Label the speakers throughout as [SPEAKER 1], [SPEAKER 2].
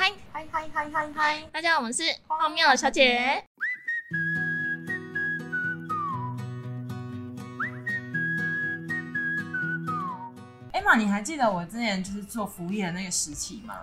[SPEAKER 1] 嗨嗨嗨嗨嗨！
[SPEAKER 2] 大家好，我们是奥妙小姐。
[SPEAKER 1] 艾玛，你还记得我之前就是做服务业的那个时期吗？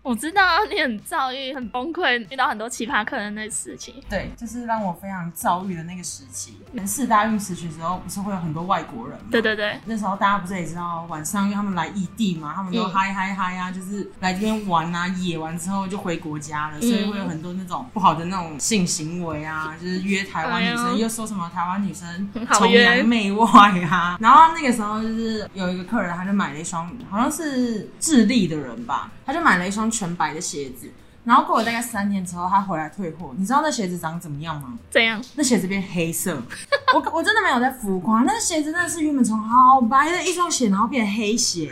[SPEAKER 2] 我知道啊你很躁郁、很崩溃，遇到很多奇葩客人的事情。
[SPEAKER 1] 对，就是让我非常躁郁的那个时期。四大运时期的时候，不是会有很多外国人吗？
[SPEAKER 2] 对对对，
[SPEAKER 1] 那时候大家不是也知道，晚上因为他们来异地嘛，他们都
[SPEAKER 2] 嗯
[SPEAKER 1] 嗨嗨嗨啊，就是来这边玩啊，野完之后就回国家了，
[SPEAKER 2] 嗯
[SPEAKER 1] 所以会有很多那种不好的那种性行为啊，就是约台湾女
[SPEAKER 2] 哎
[SPEAKER 1] 生，
[SPEAKER 2] 呦
[SPEAKER 1] 又说什么台湾女生
[SPEAKER 2] 很好
[SPEAKER 1] 崇
[SPEAKER 2] 约
[SPEAKER 1] 洋媚外啊。然后那个时候就是有一个客人，他就买了一双，好像是智利的人吧，他就买了一双全白的鞋子。然后过了大概三天之后，他回来退货。你知道那鞋子长怎么样吗？
[SPEAKER 2] 怎样？
[SPEAKER 1] 那鞋子变黑色， 我我真的没有在浮夸，那鞋子真的是原本从好白的一双鞋，然后变黑鞋。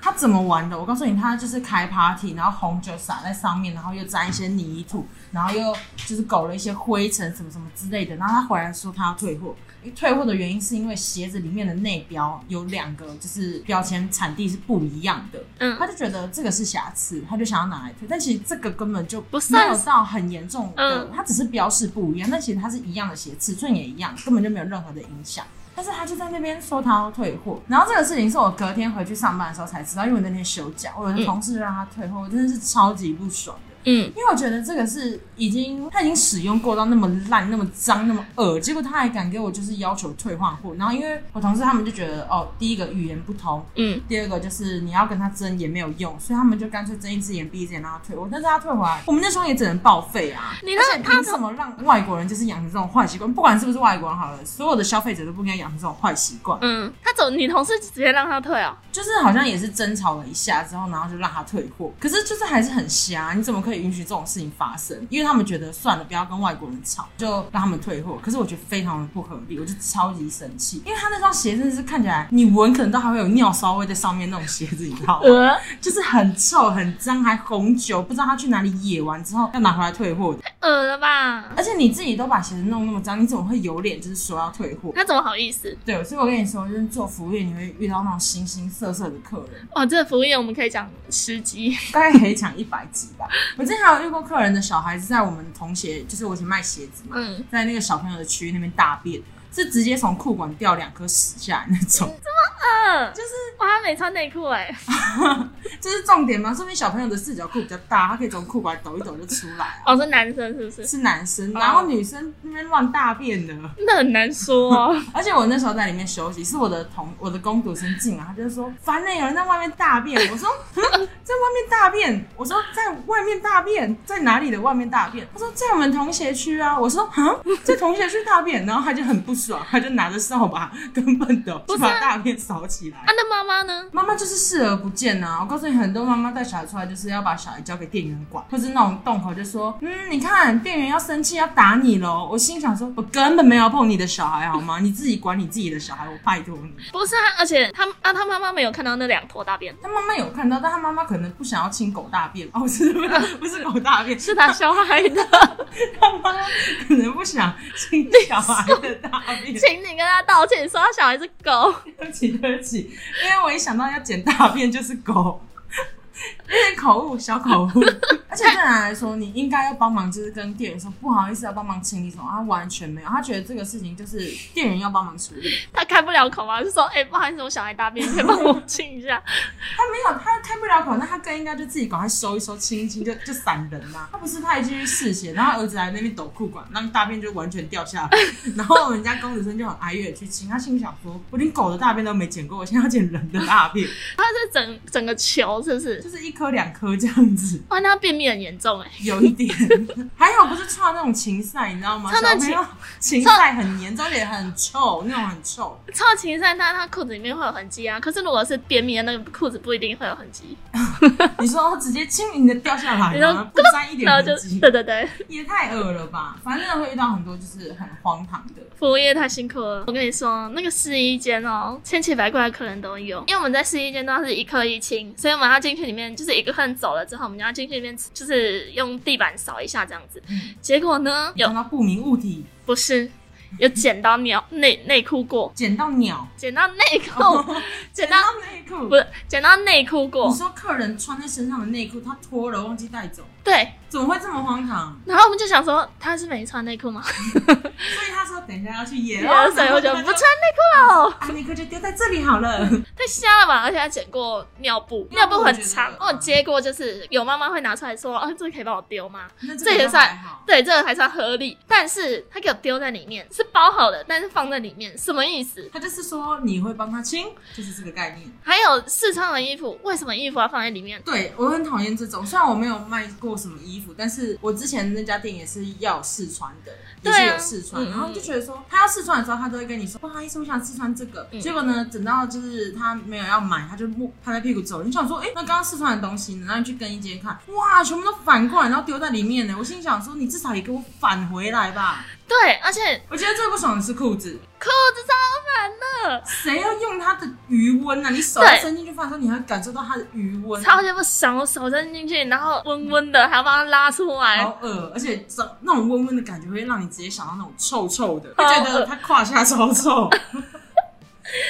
[SPEAKER 1] 他怎么玩的？我告诉你，他就是开 party，然后红酒洒在上面，然后又沾一些泥土，然后又就是搞了一些灰尘什么什么之类的。然后他回来说他要退货，退货的原因是因为鞋子里面的内标有两个就是标签产地是不一样的，
[SPEAKER 2] 嗯
[SPEAKER 1] 他就觉得这个是瑕疵，他就想要拿来退，但其实这个根本就
[SPEAKER 2] 不
[SPEAKER 1] 没
[SPEAKER 2] 算
[SPEAKER 1] 有到很严重的
[SPEAKER 2] 嗯，
[SPEAKER 1] 它只是标示不一样，但其实它是一样的鞋，尺寸也一样，根本就没有任何的影响。但是他就在那边说他要退货，然后这个事情是我隔天回去上班的时候才知道，因为我那天休假，我有的同事就让他退货，我真的是超级不爽的。
[SPEAKER 2] 嗯，
[SPEAKER 1] 因为我觉得这个是已经他已经使用过到那么烂、那么脏、那么恶，结果他还敢给我就是要求退换货。然后因为我同事他们就觉得哦，第一个语言不通，
[SPEAKER 2] 嗯，
[SPEAKER 1] 第二个就是你要跟他争也没有用，所以他们就干脆睁一只眼闭一只眼让他退货。但是他退回来，我们那双也只能报废啊。
[SPEAKER 2] 你那
[SPEAKER 1] 而且凭什么让外国人就是养成这种坏习惯？不管是不是外国人好了，所有的消费者都不应该养成这种坏习惯。
[SPEAKER 2] 嗯，他走，你同事直接让他退哦。
[SPEAKER 1] 就是好像也是争吵了一下之后，然后就让他退货。可是就是还是很瞎，你怎么可以允许这种事情发生？因为他们觉得算了，不要跟外国人吵，就让他们退货。可是我觉得非常的不合理，我就超级生气，因为他那双鞋真的是看起来你闻可能都还会有尿骚味在上面那种鞋子，你知道吗？
[SPEAKER 2] 呃，
[SPEAKER 1] 就是很臭很脏，还红酒，不知道他去哪里野完之后要拿回来退货的。
[SPEAKER 2] 呃了吧？
[SPEAKER 1] 而且你自己都把鞋子弄那么脏，你怎么会有脸就是说要退货？
[SPEAKER 2] 他怎么好意思？
[SPEAKER 1] 对，所以我跟你说，就是做服务业你会遇到那种形形色色的客人。
[SPEAKER 2] 哦，这个服务业我们可以讲十集。
[SPEAKER 1] 大概可以讲一百集吧。我之前还有遇过客人的小孩子在我们童鞋，就是我以前卖鞋子嘛，
[SPEAKER 2] 嗯，
[SPEAKER 1] 在那个小朋友的区域那边大便，是直接从裤管掉两颗屎下来那种。
[SPEAKER 2] 嗯，
[SPEAKER 1] 就是
[SPEAKER 2] 哇，他没穿内裤哎。
[SPEAKER 1] 这是重点吗？说明小朋友的四角裤比较大，他可以从裤管抖一抖就出来啊。
[SPEAKER 2] 哦，是男生是不是？
[SPEAKER 1] 是男生，
[SPEAKER 2] 哦
[SPEAKER 1] 然后女生那边乱大便的，
[SPEAKER 2] 那很难说 哦。
[SPEAKER 1] 而且我那时候在里面休息，是我的同我的工读生进来，他就说烦呢、有人在外面大便。我说、嗯、在外面大便，我说在外面大便，在哪里的外面大便？他说在我们同学区啊。我说啊，在同学区大便，然后他就很不爽，他就拿着扫把，根本的就把大便扫起来
[SPEAKER 2] 啊。，那妈妈呢？
[SPEAKER 1] 妈妈就是视而不见啊！我告诉你，很多妈妈带小孩出来，就是要把小孩交给店员管，或是那种动口就说：“嗯，你看店员要生气要打你喽。”我心想说：“我根本没有碰你的小孩，好吗？ 你自己管你自己的小孩，我拜托你。
[SPEAKER 2] 不是啊，而且他啊，他妈妈没有看到那两坨大便”，
[SPEAKER 1] 他妈妈有看到，但他妈妈可能不想要亲狗大便哦，是不是不是狗大 便，
[SPEAKER 2] 是他小孩的，
[SPEAKER 1] 他妈妈可能不想亲小孩的大便。
[SPEAKER 2] 请你跟他道歉，说他小孩是狗。
[SPEAKER 1] 对不起，对不起，因为我一想到要捡大便就是狗， 有点口误，小 口误。而且正常来说，你应该要帮忙，就是跟店员说不好意思，要帮忙清理什么，他完全没有，他觉得这个事情就是店员要帮忙处理，
[SPEAKER 2] 他开不了口嘛，就说：“哎、不好意思，我小孩大 便，你可以帮我清一下。
[SPEAKER 1] 他没有，他开不了口，那他更应该就自己赶快收一收，清一清就就散人啦、他不是，他还继续试鞋，然后儿子来那边抖裤管，让大便就完全掉 下来，然后我们家公子生就很哀怨地去清，他心里想说，我连狗的大便都没捡过，我现在要捡人的大便，”
[SPEAKER 2] 他是整整个球，是不是？
[SPEAKER 1] 就是一颗两颗这样子。
[SPEAKER 2] 哇，那他便秘很严重哎、
[SPEAKER 1] 有一点，还有不是唱那种琴赛，你知道吗？
[SPEAKER 2] 唱那种
[SPEAKER 1] 小朋
[SPEAKER 2] 琴
[SPEAKER 1] 友琴赛很严重，而且很臭，那种很 臭。
[SPEAKER 2] 超芹菜他他裤子里面会有痕迹啊，可是如果是便秘的那个裤子不一定会有痕迹，
[SPEAKER 1] 你说直接轻盈的掉下来
[SPEAKER 2] 你
[SPEAKER 1] 吗
[SPEAKER 2] 说？
[SPEAKER 1] 不沾一点
[SPEAKER 2] 然后就
[SPEAKER 1] 痕 迹，
[SPEAKER 2] 对对对，
[SPEAKER 1] 也太恶了吧！反正真的会遇到很多就是很荒唐的。
[SPEAKER 2] 服务业太辛苦了。我跟你说，那个试衣间哦，千奇百怪的客人都有，因为我们在试衣间都是一客一清，所以我们要进去里面，就是一个客人走了之后，我们就要进去里面，就是用地板扫一下这样子。
[SPEAKER 1] 嗯，
[SPEAKER 2] 结果呢，有
[SPEAKER 1] 看到不明物体，
[SPEAKER 2] 不是，有捡到鸟内内裤过，
[SPEAKER 1] 捡到鸟，
[SPEAKER 2] 捡到内 裤，捡到
[SPEAKER 1] 内裤
[SPEAKER 2] 不。是捡到内裤
[SPEAKER 1] 你
[SPEAKER 2] 过，
[SPEAKER 1] 说客人穿在身上的内裤，他脱了忘记带走，
[SPEAKER 2] 对。
[SPEAKER 1] 怎么会这么荒唐？
[SPEAKER 2] 然后我们就想说他是没穿内裤吗？
[SPEAKER 1] 所以他说等一下要去野
[SPEAKER 2] 第二
[SPEAKER 1] 了，
[SPEAKER 2] 岁我就
[SPEAKER 1] 然后
[SPEAKER 2] 不
[SPEAKER 1] 他
[SPEAKER 2] 穿内裤了，
[SPEAKER 1] 啊，内裤就丢在这里好了。
[SPEAKER 2] 太瞎了吧！而且他捡过尿布，
[SPEAKER 1] 尿
[SPEAKER 2] 尿
[SPEAKER 1] 布
[SPEAKER 2] 布
[SPEAKER 1] 我
[SPEAKER 2] 很
[SPEAKER 1] 觉得
[SPEAKER 2] 长，我有接过就是有妈妈会拿出来说，啊，这个可以帮我丢吗？
[SPEAKER 1] 那
[SPEAKER 2] 这也
[SPEAKER 1] 个倒还好，
[SPEAKER 2] 对，这个还算合理，但是他给我丢在里面，是包好的，但是放在里面，什么意思？
[SPEAKER 1] 他就是说你会帮他清，就是这个概念。
[SPEAKER 2] 还有试穿的衣服，为什么衣服要放在里面？
[SPEAKER 1] 对我很讨厌这种，虽然我没有卖过什么衣服，但是我之前那家店也是要试穿的，也
[SPEAKER 2] 对啊
[SPEAKER 1] 是有试穿，
[SPEAKER 2] 嗯
[SPEAKER 1] 然后就觉得说他要试穿的时候，他都会跟你说不好意思，我想试穿这个。
[SPEAKER 2] 嗯
[SPEAKER 1] 结果呢，等到就是他没有要买，他就摸拍拍屁股走了。你想说，哎、那刚刚试穿的东西呢？然后你去更衣间看，哇，全部都反过来，然后丢在里面呢。我心想说，你至少也给我返回来吧。
[SPEAKER 2] 对，而且
[SPEAKER 1] 我觉得最不爽的是裤子，
[SPEAKER 2] 裤子超烦的，
[SPEAKER 1] 谁要用它的余温啊？你手
[SPEAKER 2] 对
[SPEAKER 1] 伸进去放的时候，你还感受到它的余温，
[SPEAKER 2] 超级不爽，我手伸进去，然后温温的，还要把它拉出来。
[SPEAKER 1] 好恶，而且这那种温温的感觉会让你直接想到那种臭臭的，会
[SPEAKER 2] 好恶
[SPEAKER 1] 觉得它胯下超 臭，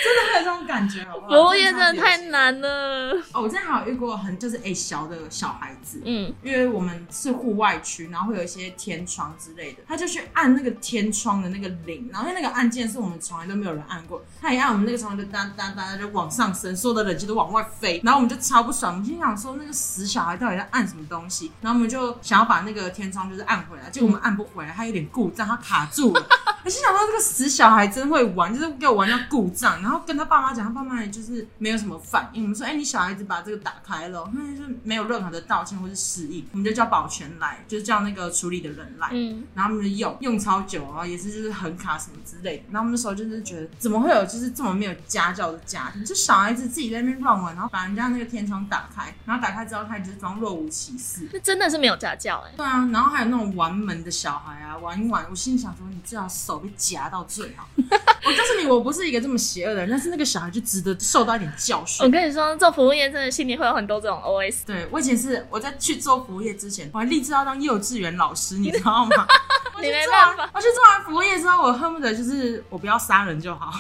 [SPEAKER 1] 真的会有这种感觉，好不好？
[SPEAKER 2] 服务业真的太
[SPEAKER 1] 超级恶心
[SPEAKER 2] 难了，
[SPEAKER 1] 哦！我之前还有遇过很就是哎、小的小孩子。
[SPEAKER 2] 嗯，
[SPEAKER 1] 因为我们是户外区，然后会有一些天窗之类的，他就去按那个天窗的那个铃，然后因为那个按键是我们从来都没有人按过，他一按我们那个窗帘就哒哒哒哒就往上升，所有的冷气都往外飞，然后我们就超不爽，我们心想说那个死小孩到底在按什么东西，然后我们就想要把那个天窗就是按回来，结果我们按不回来，它有点故障，它卡住了。我心想说这个死小孩真会玩，就是给我玩到故障，然后跟他爸妈讲，他爸妈也就是没有什么反应。我们说，哎、你小孩子把这个打开了，他就是没有任何的道歉或是示意，我们就叫保全来，就是叫那个处理的人来。
[SPEAKER 2] 嗯，
[SPEAKER 1] 然后他们就用用超久啊，也是就是很卡什么之类的。然后我们那时候就是觉得，怎么会有就是这么没有家教的家庭？就小孩子自己在那边乱玩，然后把人家那个天窗打开，然后打开之后，他就是装若无其事。
[SPEAKER 2] 那真的是没有家教哎、
[SPEAKER 1] 对啊，然后还有那种玩门的小孩啊，玩一玩，我心里想说，你最好手被夹到最 好。我告诉你，我不是一个这么邪恶的人，但是那个小孩就值得受到一点教训
[SPEAKER 2] 我。跟你说，做服务业真的心里会有很多这种 OS。
[SPEAKER 1] 对我以前是我在去做服务业之前，我还立志要当幼稚园老师，你知道 吗？我去
[SPEAKER 2] 你没
[SPEAKER 1] 做
[SPEAKER 2] 办
[SPEAKER 1] 完
[SPEAKER 2] 法
[SPEAKER 1] 我去做完服务业之后，我恨不得就是我不要杀人就 好。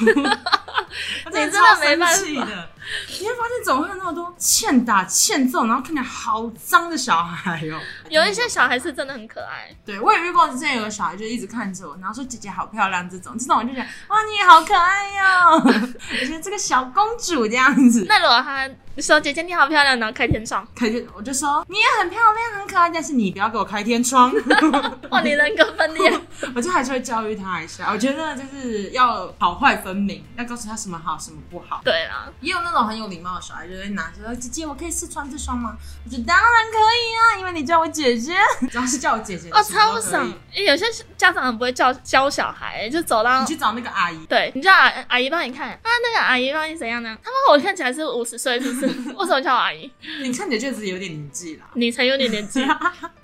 [SPEAKER 1] 我
[SPEAKER 2] 你真的
[SPEAKER 1] 超
[SPEAKER 2] 没
[SPEAKER 1] 生
[SPEAKER 2] 办
[SPEAKER 1] 气
[SPEAKER 2] 法
[SPEAKER 1] 的，你会发现怎么会有那么多欠打欠揍，然后看起来好脏的小孩哦、
[SPEAKER 2] 有一些小孩是真的很可爱，
[SPEAKER 1] 对，我也遇过之前有个小孩就一直看着我，然后说姐姐好漂亮这种，这种我就觉得哇你也好可爱哟、我觉得这个小公主这样子，
[SPEAKER 2] 那如果他说姐姐你好漂亮，然后开天 窗，
[SPEAKER 1] 可就我就说你也很漂亮很可爱，但是你不要给我开天窗，
[SPEAKER 2] 哇，你人格分 裂，
[SPEAKER 1] 我就还是会教育她一下。我觉得就是要好坏分明，要告诉她什么好什么不好。
[SPEAKER 2] 对啦，
[SPEAKER 1] 也有那种很有礼貌的小孩，就会拿着说姐姐我可以试穿这双吗？我说当然可以啊，因为你叫我姐姐，只要是叫我姐姐，
[SPEAKER 2] 哦，
[SPEAKER 1] 什么
[SPEAKER 2] 超不
[SPEAKER 1] 都可以
[SPEAKER 2] 爽。有些家长很不会教教小孩，就走到
[SPEAKER 1] 你去找那个阿姨，
[SPEAKER 2] 对，你叫阿阿姨帮你看啊，那个阿姨帮你怎样呢？他们我看起来是五十岁，是不 是？为什么叫我阿姨？
[SPEAKER 1] 你看起来确实有点年纪啦。
[SPEAKER 2] 你才有点年纪，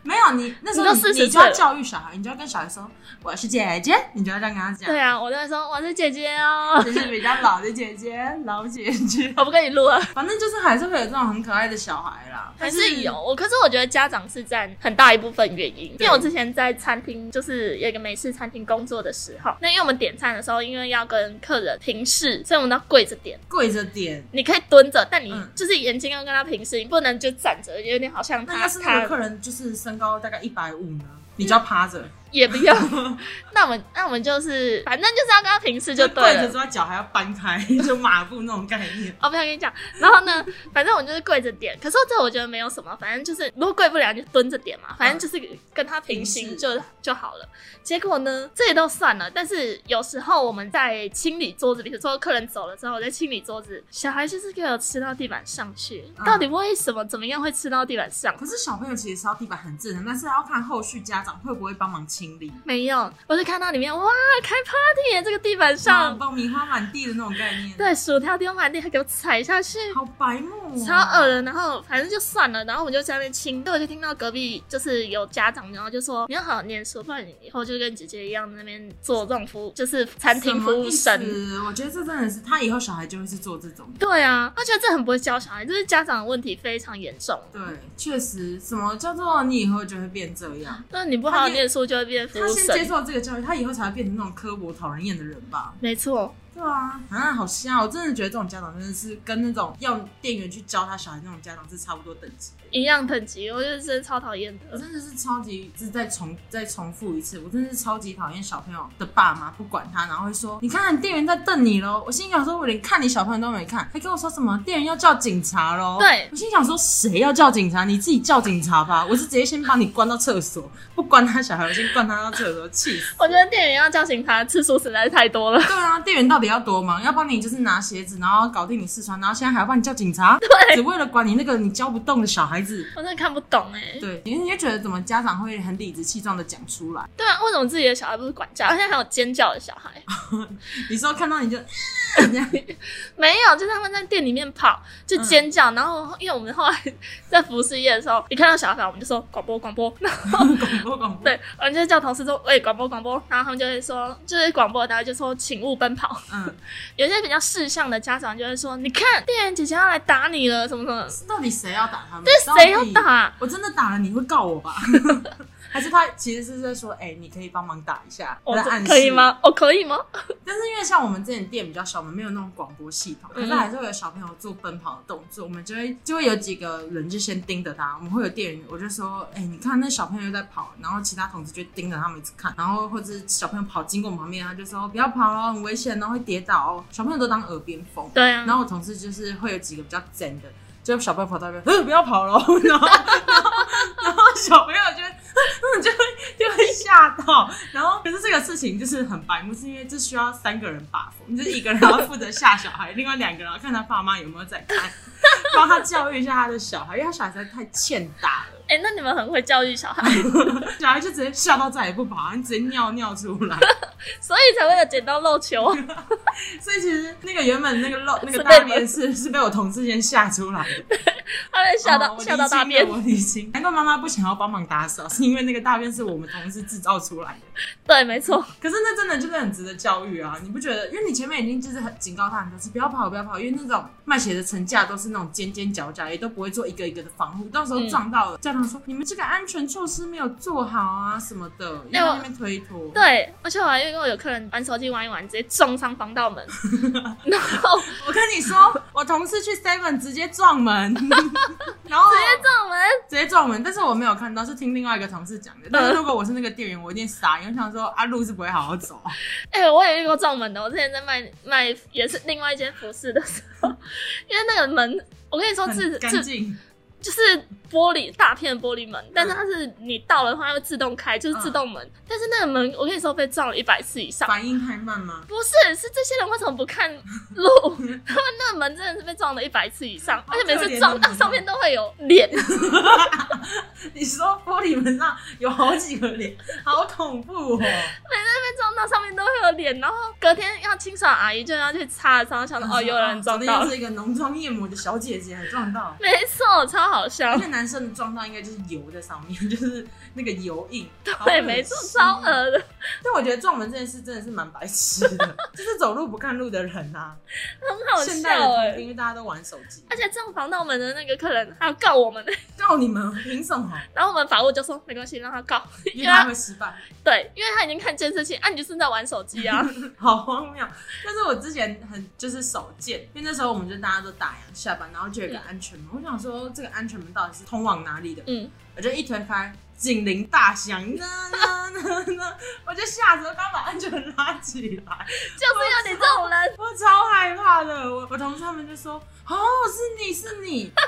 [SPEAKER 1] 没有你那时候
[SPEAKER 2] 你都40
[SPEAKER 1] 你
[SPEAKER 2] 岁
[SPEAKER 1] 你就要教育小孩，你就要跟小孩说我是姐姐，你就要这样跟他讲
[SPEAKER 2] 对，啊，我在说我是姐姐哦，
[SPEAKER 1] 就是比较老的姐姐，老姐 姐，
[SPEAKER 2] 我不跟你录了，
[SPEAKER 1] 反正就是还是会有这种很可爱的小孩啦，
[SPEAKER 2] 还
[SPEAKER 1] 但
[SPEAKER 2] 是有。我可是我觉得家长是占很大一部分原因，因
[SPEAKER 1] 对
[SPEAKER 2] 为我之前在餐厅，就是有一个美式餐厅工作的时候，那因为我们点餐的时候，因为要跟客人平视，所以我们都要跪着点。
[SPEAKER 1] 跪着点。
[SPEAKER 2] 你可以蹲着，但你
[SPEAKER 1] 嗯
[SPEAKER 2] 就是眼睛要跟他平视，你不能就站着，有点好像
[SPEAKER 1] 那
[SPEAKER 2] 他
[SPEAKER 1] 要是那个
[SPEAKER 2] 他
[SPEAKER 1] 客人就是身高大概一百五呢，你就要趴着，
[SPEAKER 2] 也不要。 那我们那我们就是反正就是要跟他平嗯视就对
[SPEAKER 1] 跪着
[SPEAKER 2] 了
[SPEAKER 1] 之。后脚还要搬开，就马步那种概念。
[SPEAKER 2] 哦，不想跟你讲。然后呢，反正我就是跪着点。可是这我觉得没有什么，反正就是如果跪不了就蹲着点嘛，反正就是跟他平
[SPEAKER 1] 平视
[SPEAKER 2] 行就就好了。结果呢，这也都算了。但是有时候我们在清理桌子，比如说客人走了之后，我在清理桌子，小孩就是给我吃到地板上去。
[SPEAKER 1] 嗯
[SPEAKER 2] 到底为什么？怎么样会吃到地板上？
[SPEAKER 1] 可是小朋友其实烧地板很正常，但是要看后续家长会不会帮忙清理，
[SPEAKER 2] 没有，我就看到里面哇，开 party 耶！这个地板上，
[SPEAKER 1] 爆米花满地的那种概念，，
[SPEAKER 2] 对，薯条丢满地，还给我踩下去，
[SPEAKER 1] 好白目、哦，
[SPEAKER 2] 超恶的。然后反正就算了，然后我们就在那边亲，对，我就听到隔壁就是有家长，然后就说你要好好念书，不然你以后就跟姐姐一样在那边做这种服务，就是餐厅服务
[SPEAKER 1] 什么
[SPEAKER 2] 生。
[SPEAKER 1] 意思我觉得这真的是他以后小孩就会是做这种的。
[SPEAKER 2] 对啊，我觉得这很不会教小孩，就是家长的问题非常严重。
[SPEAKER 1] 对，确实，什么叫做你以后就会变这样？
[SPEAKER 2] 那你不好好念书就会变服
[SPEAKER 1] 他
[SPEAKER 2] 务
[SPEAKER 1] 先接
[SPEAKER 2] 生，
[SPEAKER 1] 受了这个教育，他以后才会变成那种刻薄、讨人厌的人吧？
[SPEAKER 2] 没错。
[SPEAKER 1] 对啊，啊，好瞎！我真的觉得这种家长真的是跟那种要店员去教他小孩那种家长是差不多等级，
[SPEAKER 2] 一样等级，我觉得真的超讨厌
[SPEAKER 1] 我
[SPEAKER 2] 的。
[SPEAKER 1] 真的是超级，是再重再重复一次，我真的是超级讨厌小朋友的爸妈不管他，然后会说，你看店员在瞪你喽。我心想说，我连看你小朋友都没看，还跟我说什么店员要叫警察喽？
[SPEAKER 2] 对
[SPEAKER 1] 我心想说，谁要叫警察？你自己叫警察吧。我是直接先把你关到厕所，不关他小孩，我先关他到厕所，气 死。
[SPEAKER 2] 我觉得店员要叫警察次数实在是太多了。
[SPEAKER 1] 对啊，店员到底要多忙？要帮你就是拿鞋子，然后搞定你试穿，然后现在还要帮你叫警察，
[SPEAKER 2] 对
[SPEAKER 1] 只为了管你那个你教不动的小孩子。
[SPEAKER 2] 我真的看不懂哎、
[SPEAKER 1] 对，你你就觉得怎么家长会很理直气壮的讲出来？
[SPEAKER 2] 对啊，为什么自己的小孩不是管教，而且还有尖叫的小孩？
[SPEAKER 1] 你说看到你 就这样，
[SPEAKER 2] 没有，就是他们在店里面跑就
[SPEAKER 1] 嗯
[SPEAKER 2] 尖叫，然后因为我们后来在服饰业的时候，一看到小孩，我们就说广播广播，
[SPEAKER 1] 嗯
[SPEAKER 2] 然后
[SPEAKER 1] 广播广播，
[SPEAKER 2] 对，我们就叫同事说喂广播广播，然后他们就会说就是广播，然后就说请勿奔跑。
[SPEAKER 1] 嗯，
[SPEAKER 2] 有些比较识相的家长就会说，你看店员姐姐要来打你了，什么什么，
[SPEAKER 1] 到底谁要打他们？
[SPEAKER 2] 这谁要
[SPEAKER 1] 到底？
[SPEAKER 2] 打？
[SPEAKER 1] 我真的打了，你会告我吧？ 还是他其实是在说，哎、你可以帮忙打一下，
[SPEAKER 2] 我
[SPEAKER 1] 在暗示
[SPEAKER 2] 哦可以？吗？我可以吗？
[SPEAKER 1] 但是因为像我们之前店比较小，我们没有那种广播系统，可是
[SPEAKER 2] 嗯
[SPEAKER 1] 还是会有小朋友做奔跑的动作，我们就会就会有几个人就先盯着他，我们会有店员，我就说，哎、你看那小朋友又在跑，然后其他同事就盯着他们一直看，然后或者是小朋友跑经过我们旁边，他就说不要跑哦，很危险哦，会跌倒哦，小朋友都当耳边风。
[SPEAKER 2] 对啊，
[SPEAKER 1] 然后我同事就是会有几个比较真的，就小朋友跑到那边，嗯，不要跑喽， 然后然后然后小朋友就会嗯就会就会吓到，然后可是这个事情就是很白目，是因为这需要三个人把风，就是一个人要负责吓小孩，另外两个人要看他爸妈有没有在看，帮他教育一下他的小孩，因为他小孩实在太欠打了。
[SPEAKER 2] 哎、那你们很会教育 小孩，
[SPEAKER 1] 小孩就直接吓到再也不跑，直接尿尿出来。
[SPEAKER 2] 所以才会有剪刀漏球。啊
[SPEAKER 1] 所以其实那个原本那个漏那个
[SPEAKER 2] 是被
[SPEAKER 1] 大
[SPEAKER 2] 你们
[SPEAKER 1] 便是是被我同事先吓出来的，
[SPEAKER 2] 他被吓
[SPEAKER 1] 哦
[SPEAKER 2] 到
[SPEAKER 1] 我
[SPEAKER 2] 吓到大
[SPEAKER 1] 理清
[SPEAKER 2] 便
[SPEAKER 1] 了，我理清。难怪妈妈不想要帮忙打扫，是因为那个大便是我们同事制造出来的。
[SPEAKER 2] 对，没错，
[SPEAKER 1] 可是那真的就是很值得教育啊！你不觉得？因为你前面已经就是很警告他很多次，不要跑，不要跑，因为那种卖鞋的层架都是那种尖尖角角，也都不会做一个一个的防护，到时候
[SPEAKER 2] 嗯
[SPEAKER 1] 撞到了，教堂说你们这个安全措施没有做好啊什么的，又在那边推脱。
[SPEAKER 2] 对，而且我还遇过有客人玩手机玩一玩，直接撞上防盗 门，然后直
[SPEAKER 1] 我跟你说，我同事去 Seven 直接撞门， 然后
[SPEAKER 2] 接撞门，
[SPEAKER 1] 直接撞门，但是我没有看到，是听另外一个同事
[SPEAKER 2] 嗯
[SPEAKER 1] 讲的。但是如果我是那个店员，我一定傻眼，我想说啊，路是不会好好走。
[SPEAKER 2] 哎、我也遇过撞门的。我之前在卖卖也是另外一间服饰的时候，因为那个门，我跟你说
[SPEAKER 1] 很
[SPEAKER 2] 自
[SPEAKER 1] 干
[SPEAKER 2] 自
[SPEAKER 1] 净，
[SPEAKER 2] 就是玻璃大片的玻璃门，
[SPEAKER 1] 嗯
[SPEAKER 2] 但是它是你到了它会自动开，就是自动门。但是那个门，我跟你说被撞了一百次以上。
[SPEAKER 1] 反应太慢吗？
[SPEAKER 2] 不是，是这些人为什么不看路？ 他们那门真的是被撞了一百次以上，
[SPEAKER 1] 哦
[SPEAKER 2] 而且每次撞到上面都会有脸。
[SPEAKER 1] 你说玻璃门上有好几个脸，好恐怖哦！
[SPEAKER 2] 被撞到上面都会有脸，然后隔天要清扫阿姨就要去擦的时候，想 说哦，有人撞
[SPEAKER 1] 啊昨天
[SPEAKER 2] 到哦
[SPEAKER 1] 又
[SPEAKER 2] 了，
[SPEAKER 1] 是一个浓妆艳抹的小姐姐还撞到。
[SPEAKER 2] 没错，超好笑
[SPEAKER 1] 而，且男生的撞到应该就是油在上面， 就是那个油印。
[SPEAKER 2] 对，没错，超
[SPEAKER 1] 恶。
[SPEAKER 2] 恶的，
[SPEAKER 1] 但我觉得撞门这件事真的是蛮白痴 的，就是走路不看路的人啊。
[SPEAKER 2] 很好
[SPEAKER 1] 现代的
[SPEAKER 2] 笑哎、
[SPEAKER 1] 通病因为大家都玩手机，
[SPEAKER 2] 而且撞防盗门的那个客人还要告我们，
[SPEAKER 1] 告你们凭什么？
[SPEAKER 2] 然后我们法务就说没关系，让他告，因
[SPEAKER 1] 因为
[SPEAKER 2] 为
[SPEAKER 1] 他
[SPEAKER 2] 他
[SPEAKER 1] 会失败，
[SPEAKER 2] 对，因为他已经看监视器，啊，你就是在玩手机啊，
[SPEAKER 1] 好荒谬。但是我之前很就是手贱，因为那时候我们就大家都打烊下班，然后就有一个
[SPEAKER 2] 嗯
[SPEAKER 1] 安全门，我想说这个安全门到底是通往哪里的？
[SPEAKER 2] 嗯，
[SPEAKER 1] 我就一推开，警铃大响，呐呐呐呐，我就吓得刚把安全门拉起
[SPEAKER 2] 就
[SPEAKER 1] 来，
[SPEAKER 2] 是有你这种人，
[SPEAKER 1] 我超害怕的。我我同事他们就说：“哦，是你是你。”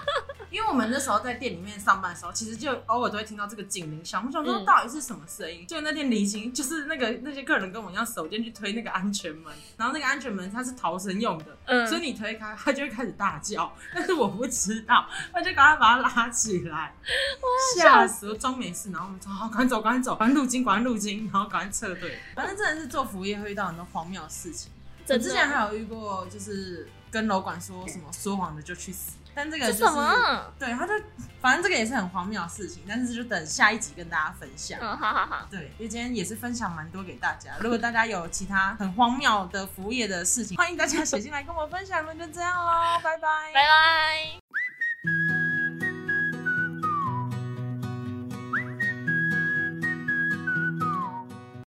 [SPEAKER 1] 因为我们那时候在店里面上班的时候，其实就偶尔都会听到这个警铃响。我想说
[SPEAKER 2] 嗯
[SPEAKER 1] 到底是什么声音？就那天离清，就是那个那些客人跟我一样，手贱去推那个安全门，然后那个安全门它哦是逃生用的，所以
[SPEAKER 2] 嗯，
[SPEAKER 1] 你推开它就会开始大叫，但是我不知道，我就赶快把它拉起来，吓死我！装没事，然后我们说好，赶紧走，赶紧走，赶紧路经，赶紧路经，然后赶紧撤退。反正真的是做服务业会遇到很多荒谬的事情。我
[SPEAKER 2] 真
[SPEAKER 1] 之前
[SPEAKER 2] 的，
[SPEAKER 1] 还有遇过，就是跟楼管说什么说谎的就去死，但这个
[SPEAKER 2] 这
[SPEAKER 1] 就是
[SPEAKER 2] 什么？
[SPEAKER 1] 对，他就反正这个也是很荒谬的事情，但是就等下一集跟大家分享。
[SPEAKER 2] 嗯，好好好，
[SPEAKER 1] 对，因为今天也是分享蛮多给大家。如果大家有其他很荒谬的服务业的事情，欢迎大家写进来跟我分享。那就这样喽，拜拜
[SPEAKER 2] 拜拜。